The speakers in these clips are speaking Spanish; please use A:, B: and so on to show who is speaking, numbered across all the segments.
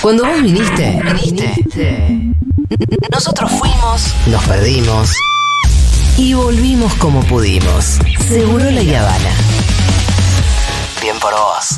A: Cuando vos viniste, viniste. Nosotros fuimos, nos perdimos y volvimos como pudimos. Seguro la Habana. Bien por vos.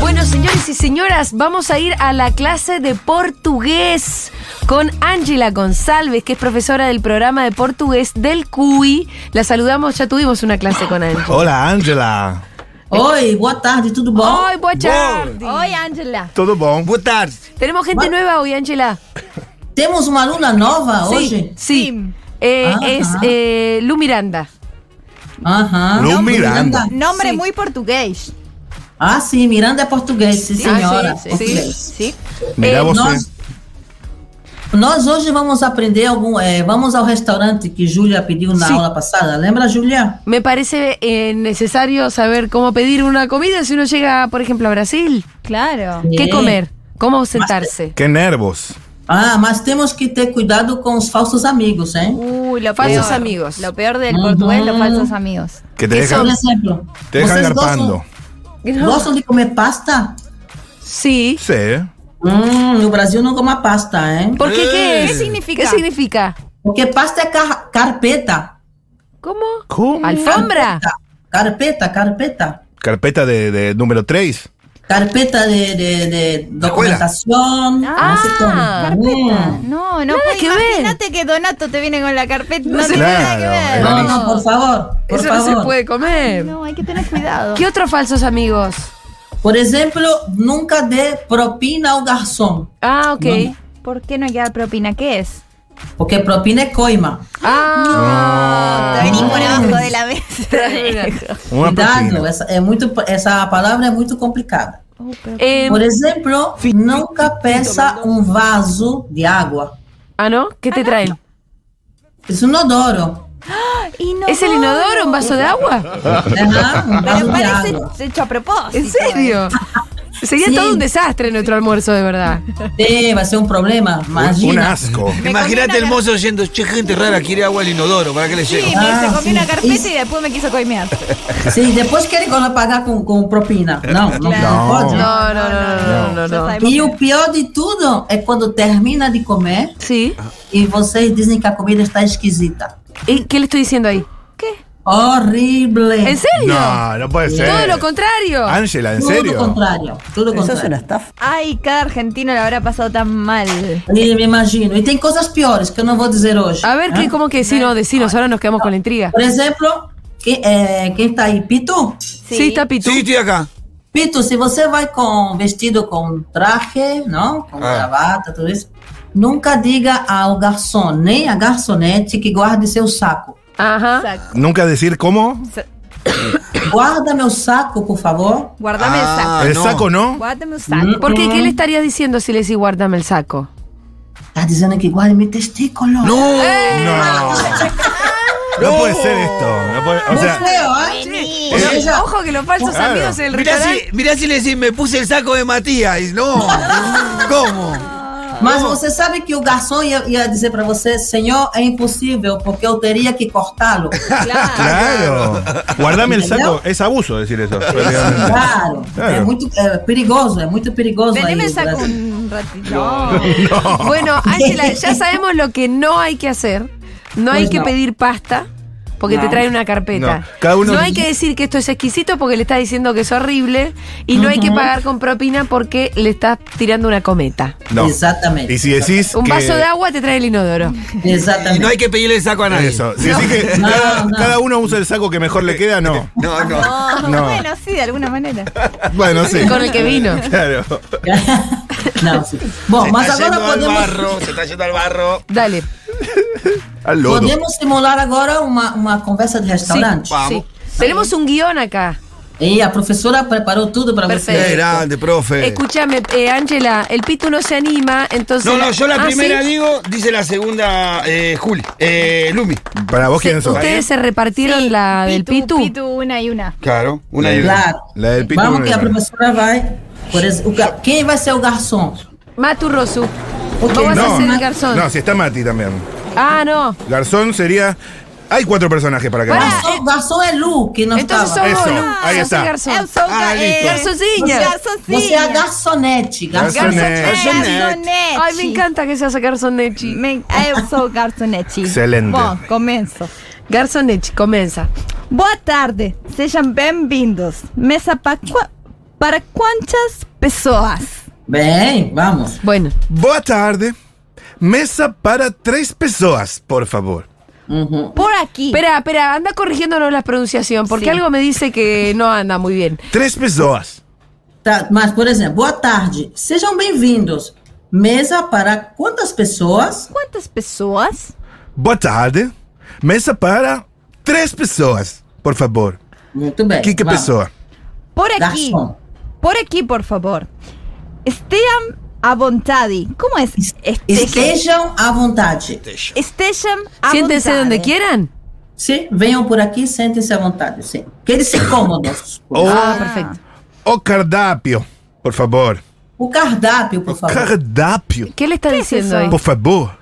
B: Bueno, señores y señoras, vamos a ir a la clase de portugués con Ángela González, que es profesora del programa de portugués del CUI. La saludamos, ya tuvimos una clase con Ángela.
C: Hola, Angela.
D: Oi, boa tarde, tudo bom?
B: ¡Ay, Bochard!
E: Oi, Angela.
C: Todo bom? Boa tarde.
B: Tenemos gente nueva hoy, Ángela.
D: Temos uma aluna nova hoje?
B: Sí. Eh,
D: Ajá.
B: Es eh, Lu Miranda.
D: Aham.
C: Lu
D: Não,
C: Miranda.
E: Nombre
B: Sí.
E: muy português.
D: Ah, sim, Miranda é português, sim, senhora.
B: Ah, sim,
D: português.
E: Sí.
C: Mirá
B: Eh,
C: É você.
D: Nós, nós hoje vamos aprender algum. eh, vamos ao restaurante que Júlia pediu na
B: Sim.
D: aula passada. Lembra, Júlia?
B: Me parece eh, necesario saber cómo pedir una comida si uno llega, por ejemplo, a Brasil.
E: Claro.
B: ¿Qué
D: Sí.
B: comer? ¿Cómo sentarse?
C: Que nervos.
D: Ah, mas temos que ter cuidado com os falsos amigos, hein?
E: Uy, lo
B: Falsos
E: peor.
B: amigos.
E: Lo peor del
B: Ah,
D: Ujú.
E: portugués, los falsos amigos.
C: Que te
D: Por
C: dejan,
D: exemplo,
C: te dejan
D: vocês
C: garpando.
D: gostam, gostam de comer pasta?
B: Sí.
C: Sí. ¿eh?
D: Hum, no Brasil não come pasta, hein?
B: ¿Por qué qué
C: Eh.
B: es?
E: ¿Qué significa?
B: ¿Qué significa?
D: Porque pasta é car- carpeta.
B: ¿Cómo?
C: ¿Cómo?
B: ¿Alfombra?
D: Carpeta, carpeta.
C: Carpeta de, de número 3.
D: Carpeta de, de- de documentación.
E: Ah,
D: No sé cómo.
E: Carpeta.
D: Mm.
E: No, no
B: Nada
E: puede-
B: que ver.
E: Imagínate que Donato te viene con la carpeta. No,
B: se
E: tiene nada que
C: Claro,
E: ver.
D: No, no, por favor. Por
B: Eso
D: favor.
B: no se puede comer.
E: No, hay que tener cuidado.
B: ¿Qué otros falsos amigos?
D: Por ejemplo, nunca dé propina al garzón.
B: Ah, ok.
E: ¿Por qué no hay que dar propina? ¿Qué es?
D: Porque propina es coima.
B: Ah.
E: Te venís por abajo de la mesa.
C: Una
D: Cuidado,
C: propina.
D: esa, es muy, esa palabra es muy complicada.
E: Oh,
B: Eh,
D: Por ejemplo, nunca pesa un vaso de agua.
B: ah, ¿no? ¿Qué te traen?
D: Es un odoro.
B: ¿Es el inodoro un vaso de agua?
D: Ajá, un vaso
E: Ah, Pero
D: de
E: parece
D: agua.
E: hecho a propósito. eh.
B: ¿En serio? Sería
D: Sí.
B: todo un desastre nuestro almuerzo, de verdad.
D: Sí, va a ser un problema.
C: Un, un
D: Imagina.
C: asco.
E: Me
F: Imagínate
E: comí una
F: el mozo yendo, che, gente rara quiere agua al inodoro, ¿para qué le
E: Sí,
F: llego?
E: me
D: Ah,
E: se comió
D: sí.
E: una carpeta
D: Y-
E: y después me quiso coimear.
D: Sí, después quiere con- pagar com, com propina. Não, não,
C: Claro.
D: não pode.
B: No, no, no, no, no, no.
E: Ya
D: E
E: sabemos
D: o pior de tudo é quando termina de comer
B: Sí.
D: e vocês dizem que a comida está esquisita.
B: ¿Y qué le estoy diciendo ahí?
D: Horríble.
B: ¿En serio?
C: No, Ah, no puede ser.
B: Todo lo contrario.
G: É
C: Ángela, ¿en
D: tudo
C: serio?
D: contrário. Tudo contrário.
E: que- Ay, cada argentino le habrá pasado tan mal.
D: E, me imagino. E tem coisas piores que eu não vou dizer hoje.
B: A ver, ¿qué,
D: né?
B: ¿cómo que sí? No, decinos, ahora nos quedamos con la intriga.
D: Por exemplo, que- é, quem está aí? Pito?
B: Sí, está Pitu.
F: Sí, estoy acá.
D: Pito, se você vai com vestido com traje, não? Com
F: Ah.
D: gravata, tudo isso. Nunca diga ao garçom, nem à garçonete, que guarde seu saco.
B: Ajá.
E: Exacto.
C: Nunca decir cómo.
D: Guarda meu saco, por favor.
E: Guardame el saco.
F: Ah,
C: el
F: no.
C: saco no.
E: Guardame un saco.
B: ¿Por qué? ¿Qué le estarías diciendo si le decís guárdame el saco?
D: Está diciendo Tá que guarde mi testículo.
F: No,
C: No. No puede ser esto. No puede- o
D: Muy
C: sea,
D: feo, ¿eh?
E: Vení.
D: O sea, ella-
B: Ojo que los falsos
C: Claro.
B: amigos en el
F: mirá
B: restaurante.
F: si, mirá si le decís, me puse el saco de Matías. Y No, ¿cómo?
D: Mas você sabe que o garçom ia, ia dizer para você, senhor, é impossível, porque eu teria que cortá-lo.
E: Claro.
C: claro. Guardame el saco.
D: ¿Entendió?
C: Es abuso decir eso. prácticamente.
D: claro, é
C: Claro.
D: muito é perigoso, é muito perigoso aí.
E: Veneme
D: no
E: el saco
D: Brasil.
E: un ratito.
B: Bueno, Ángela, ya sabemos lo que no hay que hacer. No hay
D: Pues
B: que
D: no.
B: pedir pasta porque te traen una carpeta.
C: No, cada uno-
B: No hay que decir que esto es exquisito porque le estás diciendo que es horrible. Y no hay que pagar con propina porque le estás tirando una cometa.
C: No.
D: Exatamente.
C: Y si decís.
B: Un
C: que-
B: vaso de agua te trae el inodoro.
F: Y no
D: Exatamente.
F: hay que pedirle el saco a nadie.
C: Eso. Si decís que
D: No,
C: cada,
D: no.
C: cada uno usa el saco que mejor le queda, no.
F: No, no.
E: No,
C: No.
E: Bueno, sí, de alguna manera.
C: Bueno, sí.
B: Con el que vino.
C: Claro.
D: Não, sim. Bom, mas
G: tá
F: está
D: agora
F: yendo al
D: podemos,
F: barro, se está yendo al barro.
B: Dale.
C: Al lodo.
D: podemos simular agora uma, uma conversa de restaurante.
F: Vamos.
B: Tenemos un guión acá.
D: E a professora preparou tudo para
F: Qué
D: você.
B: Perfeito.
F: grande, profe.
B: Escúchame, eh, Ángela, el Pitu no se anima, entonces.
F: no, no, yo la
B: Ah,
F: primera
B: ¿sí?
F: digo, dice la segunda eh, Juli, eh, Lumi.
C: Para vos, ¿quién sos?
B: ¿Ustedes se repartieron
E: Sí,
B: la del Pitu?
E: Pitu, una y una.
F: Claro, una y una.
D: Claro.
C: La del pito.
D: Vamos
C: con
D: que
C: el-
D: a professora vai. Por exemplo, o ga- quem vai ser o garçom?
B: Maturrosu.
D: Ok,
B: Vamos a
C: No,
B: hacer el garzón.
C: no, si está Mati también.
B: Ah, no.
C: Garzón sería
G: Hay cuatro personajes para que
B: Pará,
G: veas.
D: Gasó, Gasó es é Lu, que não
B: Entonces
D: estava.
B: somos
G: Eso,
B: Lu-
G: ahí
B: Sofi
G: está.
E: Eu
B: Garzón.
E: sou
F: Ah,
E: ga-
F: listo.
B: Garzoncilla.
D: Você é a
E: Garçoncinha.
D: garçonete.
G: Garçonete.
E: Garçonete.
B: Ay, me encanta que seas Garzonetti.
E: Eh, Me- ah, eu sou garçonete.
G: Excelente.
E: Bom, começo.
B: Garzonetti, comienza.
E: Boa tarde, sejam bem-vindos. Mesa pa qua- para quantas pessoas?
D: Bem, vamos.
B: Bueno,
G: Boa tarde. Mesa para tres personas, por favor.
E: Por aqui.
B: espera, espera, anda corrigiéndonos la pronunciación, porque
E: Sí.
B: algo me dice que no anda muy bien.
G: Tres personas.
D: Tá, mas, por exemplo, boa tarde. Sejam bem-vindos. Mesa para quantas pessoas?
E: Quantas pessoas?
G: Boa tarde. Mesa para tres personas, por favor.
D: Muito bem.
G: Quique é
D: vamos.
G: Pessoa.
E: Por aqui.
D: Garçom.
E: Por aqui, por favor. Estejam à vontade. Como é? Estejam,
D: Estejam à vontade.
E: estejam à
B: Siéntense
E: vontade.
B: donde quieran.
D: Sim, venham por aqui, sentem-se à vontade. Sim. Que eles se cômodos.
G: O,
B: Ah, perfecto.
G: o cardápio, por favor.
D: O cardápio, por favor.
G: Cardápio,
B: ¿Qué le está diciendo
E: eso?
B: ahí?
G: por favor.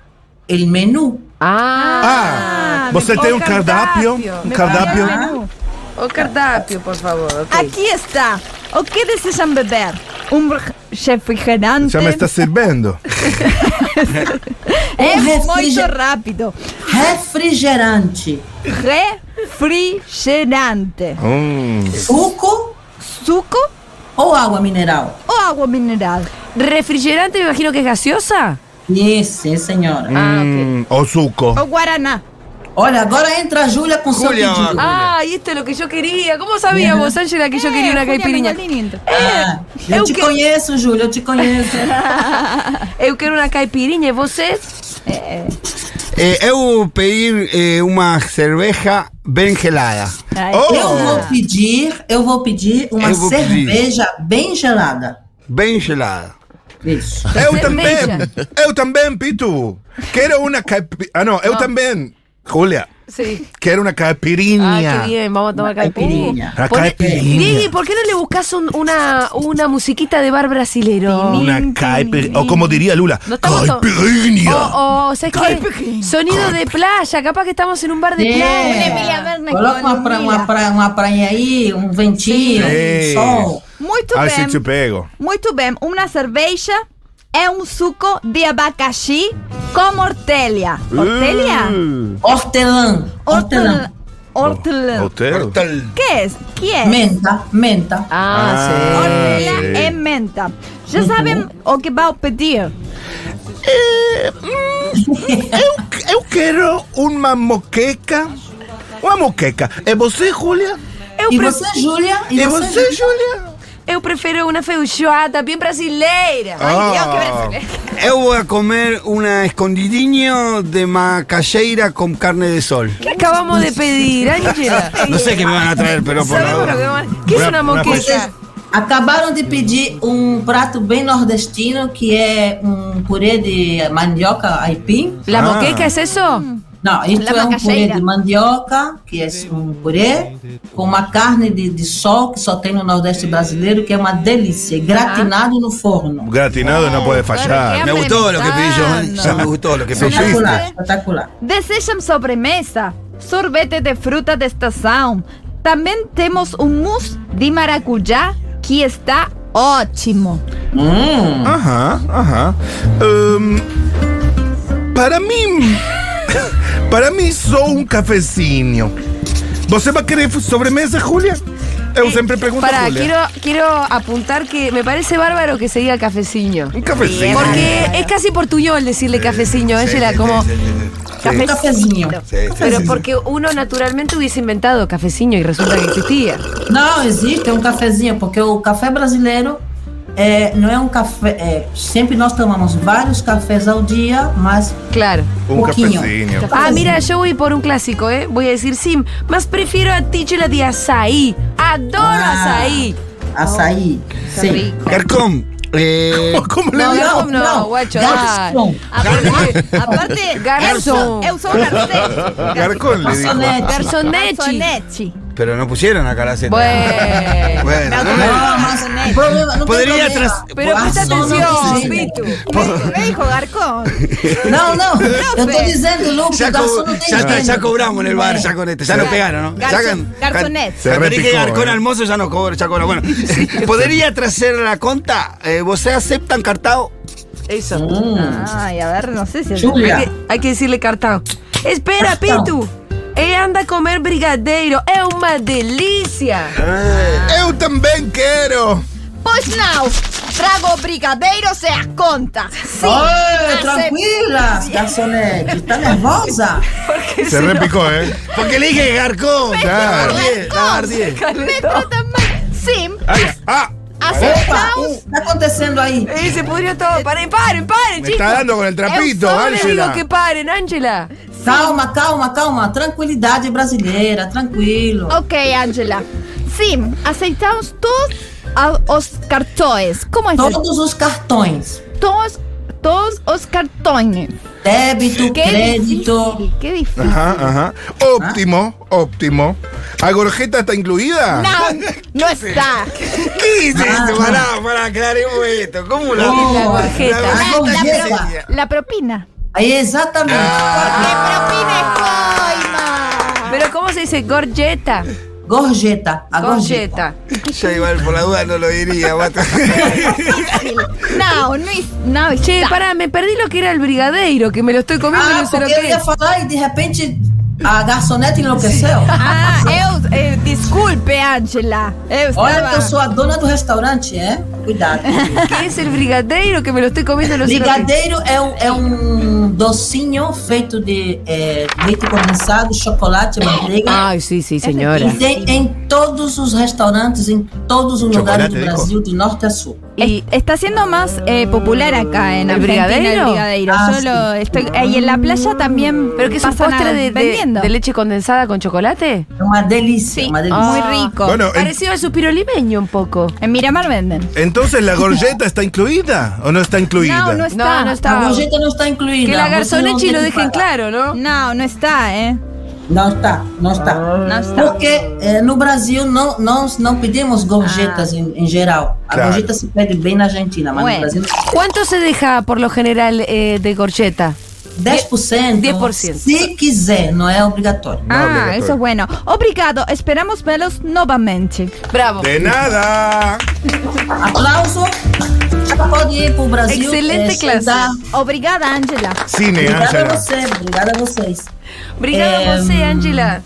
D: El menu.
B: Ah,
G: Ah,
E: me
G: você tem
B: o
G: um cardápio?
B: cardápio.
G: Um
B: Me
G: cardápio.
D: parece-
B: o cardápio, Ah, por favor. ok.
E: Aqui está. O que desejam beber? Um re- refrigerante.
G: Já me está servindo.
E: É
D: Um
E: muito
D: refriger-
E: rápido.
D: Refrigerante.
E: Refrigerante.
G: Ah. Hum.
B: Mm.
D: Suco
E: Suco
D: ou água mineral?
E: ou água mineral?
B: Refrigerante, me imagino que es gaseosa.
D: Isso, sim, senhora.
B: Ah, ok.
G: Hum, o Oh, suco.
B: Oh.
E: Ou guaraná?
D: Olha, agora entra a Júlia com seu
F: Júlia,
D: pedido.
F: ah,
B: Ah, y esto es lo que yo quería. ¿Cómo sabíamos, Ángela, que yo
E: Eh,
B: queria una caipirinha?
D: Ah,
B: eu
D: eu te
B: que-
D: conheço, Júlia, eu te conheço.
B: Eu quero uma caipirinha. E vocês?
F: Eh, eu pedir eh, uma cerveja bem gelada.
G: Oh!
D: Eu vou pedir, eu vou pedir uma
F: Eu vou pedir.
D: cerveja bem gelada.
F: Bem gelada.
D: Isso.
G: Eu
B: Cerveja.
G: também. Eu também, Pitu. Quero uma caipirinha. Ah, não, eu também. Júlia,
B: Sí.
G: quero uma
B: Ah,
G: caipirinha.
B: qué bien, vamos a tomar
D: Una
B: caipirinha.
D: caipirinha.
G: Una
B: Poné-
G: caipirinha.
B: Didi, ¿por qué no le buscas un- una, una musiquita de bar brasilero?
G: Una caipirinha. O como diría Lula,
B: No estamos to- Oh,
G: caipirinha.
B: O, o, ¿sabes qué?
E: Caipirinha.
B: Sonido de playa, capaz que estamos en un bar de
D: Bien.
B: playa.
E: Emília Werner
D: É. Coloca uma, pra, uma, pra, uma praia aí, um ventinho,
G: Sim.
D: um sol.
E: Muito
G: Ah,
E: bem.
G: se te pego.
E: Muito bem. Uma cerveja é um suco de abacaxi com hortelha. Hortelha?
G: Uh,
D: Hortelã. Hortelã.
E: Hortelã.
G: Hotel.
E: Que é? Que é?
D: Menta, menta.
B: Ah,
E: Hortelha
G: sí.
E: é menta. Já sabem o que vão pedir?
G: Eu quero uma moqueca. Uma moqueca. É você, Júlia?
B: Eu,
D: E
B: pre-
D: você, Júlia?
B: E
G: É você, Júlia?
B: eu prefiro uma feijoada bem brasileira.
G: Ah.
F: Eu vou comer uma escondidinho de macaxeira com carne de sol.
B: ¿Qué acabamos de pedir, Ángela?
F: No sé qué me van a traer, pero por
B: Sabemos lo que
F: favor.
B: vamos a- ¿Qué es
G: Una-
B: una
G: una
B: moqueta?
D: Vocês acabaram de pedir um prato bem nordestino, que é um purê de mandioca aipim.
B: ¿La
G: Ah.
B: moqueca es eso?
D: Não, isso
E: La
D: é um purê
E: macaxeira.
D: de mandioca, que é um purê com uma carne de, de sol que só tem no Nordeste brasileiro, que é uma delícia, e gratinado no forno.
G: Gratinado no puede fallar.
F: Me gustó lo que pedí yo. ¿eh?
B: Experimentando.
F: Ya me gustó lo que pedí yo.
D: Espetacular, espetacular.
E: Desejam sobremesa, sorvete de fruta de estação. Também temos um mousse de maracujá que está ótimo.
D: Hum,
G: Ajá, ajá. Em, para mim. Para mim, só um cafezinho. Você vai querer sobremesa, Júlia? Eu sempre pergunto a
B: Eh, Para,
G: Júlia.
B: quiero, quiero apuntar que me parece bárbaro que se diga cafeciño.
G: Un cafecito.
B: Porque es casi portuñol decirle cafeciño, Ángela, como.
D: um cafezinho.
B: Pero porque uno naturalmente hubiese inventado cafeciño y resulta que existía.
D: Não, existe um cafezinho, porque o café brasileiro é, não é um café. é, sempre nós tomamos vários cafés ao dia, mas
B: Claro.
F: Um
G: Un
D: Poquinho.
G: cafecito.
B: Ah, mira, yo voy por un clásico, ¿eh? Voy a decir sim. Más prefiero a Tichela de azaí. Adoro
D: Ah.
B: azaí.
D: açaí. Sim.
F: Carcom, eh,
G: ¿Cómo le
B: No,
G: digo?
B: no, no, guacho. dai.
D: Garçom.
E: Aparte, aparte
B: Garçom.
E: eu sou, eu sou garçom.
G: Garcón le digo.
D: Garçonete.
B: Garzonetti.
E: Garçonete.
F: Pero no pusieron a Calaceta.
B: Bueno.
F: Bueno, no me-
D: Não, mas o problema, não tem
F: Podría
D: problema.
F: tras-
B: Pero
D: Ah,
B: presta
D: no, no,
B: atención,
D: sí, sí.
B: Pitu.
E: Ve y jugar con.
D: Não, não, eu tô
E: Fê.
D: dizendo, Lucas,
F: Ya,
D: o garçom
F: co-
D: não
F: ya,
D: tem
F: está-
D: gênero.
F: ya cobramos en el bar,
D: É.
F: ya con este. Ya lo pegaron, ¿no?
E: Garzon-
F: Ya gan-
E: Garzonet.
F: gar-
G: Se
F: Cuando
G: repicó,
F: dije Garcón
G: eh.
F: al mozo, ya no cobra, ya cobra. Bueno, ¿podría traer la conta? Eh, ¿Vos aceptan cartao?
B: Eso.
E: Ay, a ver, no sé si.
D: Júlia.
B: Hay que, hay que decirle cartao. Espera,
D: Cartao.
B: Pitu. Eh, anda a comer brigadeiro. Es una delicia.
G: Eu también quiero.
E: Pois não! Trago brigadeiros e a conta! Sim!
D: Oi,
E: aceito.
D: tranquila, garçonete. Tá nervosa?
B: Porque si
G: Se
B: no-
G: repicó, ¿eh?
F: Porque le dije Garcón.
G: Claro.
E: Me trata mal! Sim!
G: Ay, ah,
D: Opa, o
E: Aceitamos!
D: que tá acontecendo aí?
B: Eh, se pudrió todo. Paren, paren, paren,
G: me está
B: chicos.
G: dando con el trapito,
B: Yo les digo
G: Ángela.
B: que paren, Ángela.
D: Calma, calma, calma. Tranquilidade brasileira, tranquilo.
E: Ok, Angela. Sim, aceitamos todos a- os cartões. Como é que
D: Todos os cartões.
E: todos, todos os cartões?
D: Débito,
E: Que
D: crédito.
E: difícil, que difícil.
G: Ajá, ajá. Óptimo, óptimo. ¿A gorjeta está incluida?
E: Não, não está.
F: ¿Qué es esto?
D: Ah.
F: Pará, pará, aclaremos esto. ¿Cómo la.?
D: Oh,
B: La
D: la
B: gorjeta.
F: gorjeta
D: gorjeta.
F: sería.
E: La propina.
D: Aí, exatamente.
E: É propina
B: Pero ¿cómo se dice? Gorjeta.
D: Gorjeta, a gorjeta.
B: Gorjeta.
F: Yo igual por la duda no lo diría, guato.
E: coima! Não, não, es- não está.
B: Che, pará, me perdí lo que era el brigadeiro, que me lo estoy comiendo y
D: Ah,
B: no sé lo
D: porque eu
B: que
D: ia
B: es.
D: falar e de repente a garçonete enlouqueceu.
E: Ah, eu, eu- Desculpe, Angela. Eu
D: Olha que eu
E: estava.
D: sou a dona do restaurante, é? Cuidado.
B: ¿Qué es el brigadeiro que me lo estoy comiendo y no sé lo que es?
D: Brigadeiro é um, é um docinho feito de eh, leite condensado, chocolate,
E: Ah,
D: manteiga.
B: Ay, sí, sí,
D: E
B: señora.
D: tem em todos os restaurantes, em todos os lugares
F: Chocolate,
D: do Brasil, de norte a sul.
B: Y
E: Es- Está siendo más eh, popular acá en
B: ¿El
E: Argentina
B: brigadeiro?
E: el brigadeiro.
D: Ah,
E: Yo
D: sí.
E: lo estoy, eh, y en la playa también.
B: ¿Pero qué es un
E: pasan a-
B: postre de, de,
E: vendiendo.
B: de leche condensada con chocolate?
D: É uma delícia, uma delícia.
E: Muy
B: Ah.
E: rico.
G: Bueno, en-
B: Parecido al suspiro limeño un poco.
E: En Miramar venden.
G: entonces la gorjeta está incluida o no está incluida.
E: No, no
B: No, no
E: está.
D: Tá, A
B: está.
D: gorjeta não está incluída.
B: Que la
D: você não
B: garzonechi
D: tem
B: lo
D: que
B: dejen
D: pagar.
B: claro, ¿no?
E: No, no está, ¿eh?
D: Não está, não está.
E: No está.
D: Porque eh, no Brasil não, nós não pedimos
B: Ah.
D: gorjetas em, em geral. A
G: Claro.
D: gorjeta se pede bem na Argentina, mas
E: Ué.
D: no Brasil
B: ¿Cuánto se deja por lo general eh, de gorjeta?
D: 10%.
B: 10%.
D: Se quiser, não é obrigatório.
E: Ah, eso es bueno. Obrigado. Esperamos verlos nuevamente.
B: Bravo.
G: De nada.
D: Aplauso. Já pode ir pro Brasil.
B: Excelente
D: eh,
B: clase.
D: saudar.
E: Obrigada, Ángela.
G: Cine,
D: Obrigada a
G: Ángela.
D: você, obrigada a vocês.
B: Brigada
D: Em-
B: José, Ángela.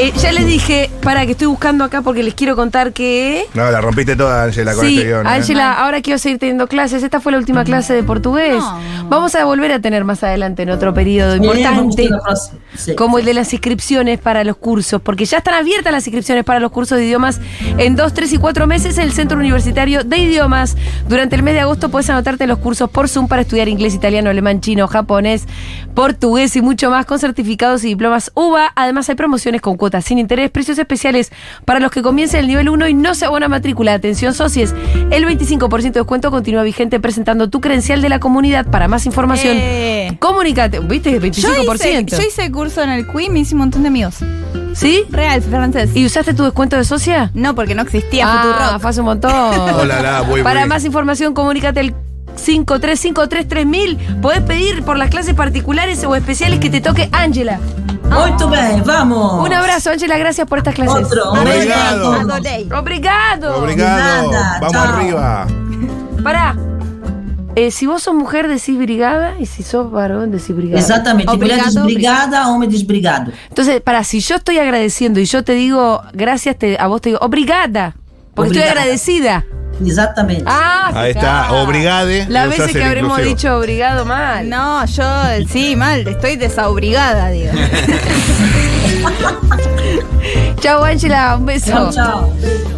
B: Eh, ya les dije, para que estoy buscando acá porque les quiero contar que...
G: No, la rompiste toda, Ángela, con
B: Sí,
G: este guión. ¿eh?
B: Ángela, ahora quiero seguir teniendo clases. Esta fue la última clase de portugués.
E: No.
B: Vamos a volver a tener más adelante en otro periodo
D: Vamos
B: importante.
D: ter na próxima. Sim.
B: como el de las inscripciones para los cursos, porque ya están abiertas las inscripciones para los cursos de idiomas en dos, tres y cuatro meses en el Centro Universitario de Idiomas. Durante el mes de agosto puedes anotarte en los cursos por Zoom para estudiar inglés, italiano, alemán, chino, japonés, portugués y mucho más con certificados y diplomas UBA. Además hay promociones con cuotas sin interés, precios especiales para los que comiencen el nivel 1 y no se abona matrícula. Atención socios, el 25% de descuento continúa vigente presentando tu credencial de la comunidad. Para más información,
E: Eh.
B: comunícate. ¿Viste? que 25%.
E: Yo hice, yo hice curso en el CUI, me hice un montón de amigos.
B: ¿Sí?
E: Real, francés.
B: ¿Y usaste tu descuento de socia?
E: No, porque no existía
B: ah,
E: Futurock.
B: fue hace un montón. Hola,
G: Hola, la, voy,
B: Para
G: voy.
B: más información, comunícate al 53533000. Podés pedir por las clases particulares o especiales que te toque Ángela.
D: Muito bem, vamos.
B: Un abrazo, Ángela. Gracias por estas clases.
D: Outro.
G: Obrigado.
E: Adorei.
B: Obrigado.
G: Obrigado.
D: nada,
G: Vamos
D: chao.
G: arriba.
B: Pará. Eh, si vos sos mujer, decís brigada. Y si sos varón, decís brigada.
D: Exatamente. Mulher
E: Obrigado,
D: desbrigada, homem desbrigado.
B: Entonces, para, si yo estoy agradeciendo y yo te digo gracias, te- a vos te digo obrigada. Porque estoy
D: Obrigada.
B: agradecida.
D: Exatamente.
B: Ah,
G: Ahí está, obrigade.
B: Las
G: Lo
B: veces
G: hace
B: que
G: el
B: habremos
G: inclusivo.
B: dicho obrigado mal.
E: No, yo sí, mal, estoy desobrigada, digo.
B: Chau, Ángela, un beso.
D: Tchau, tchau.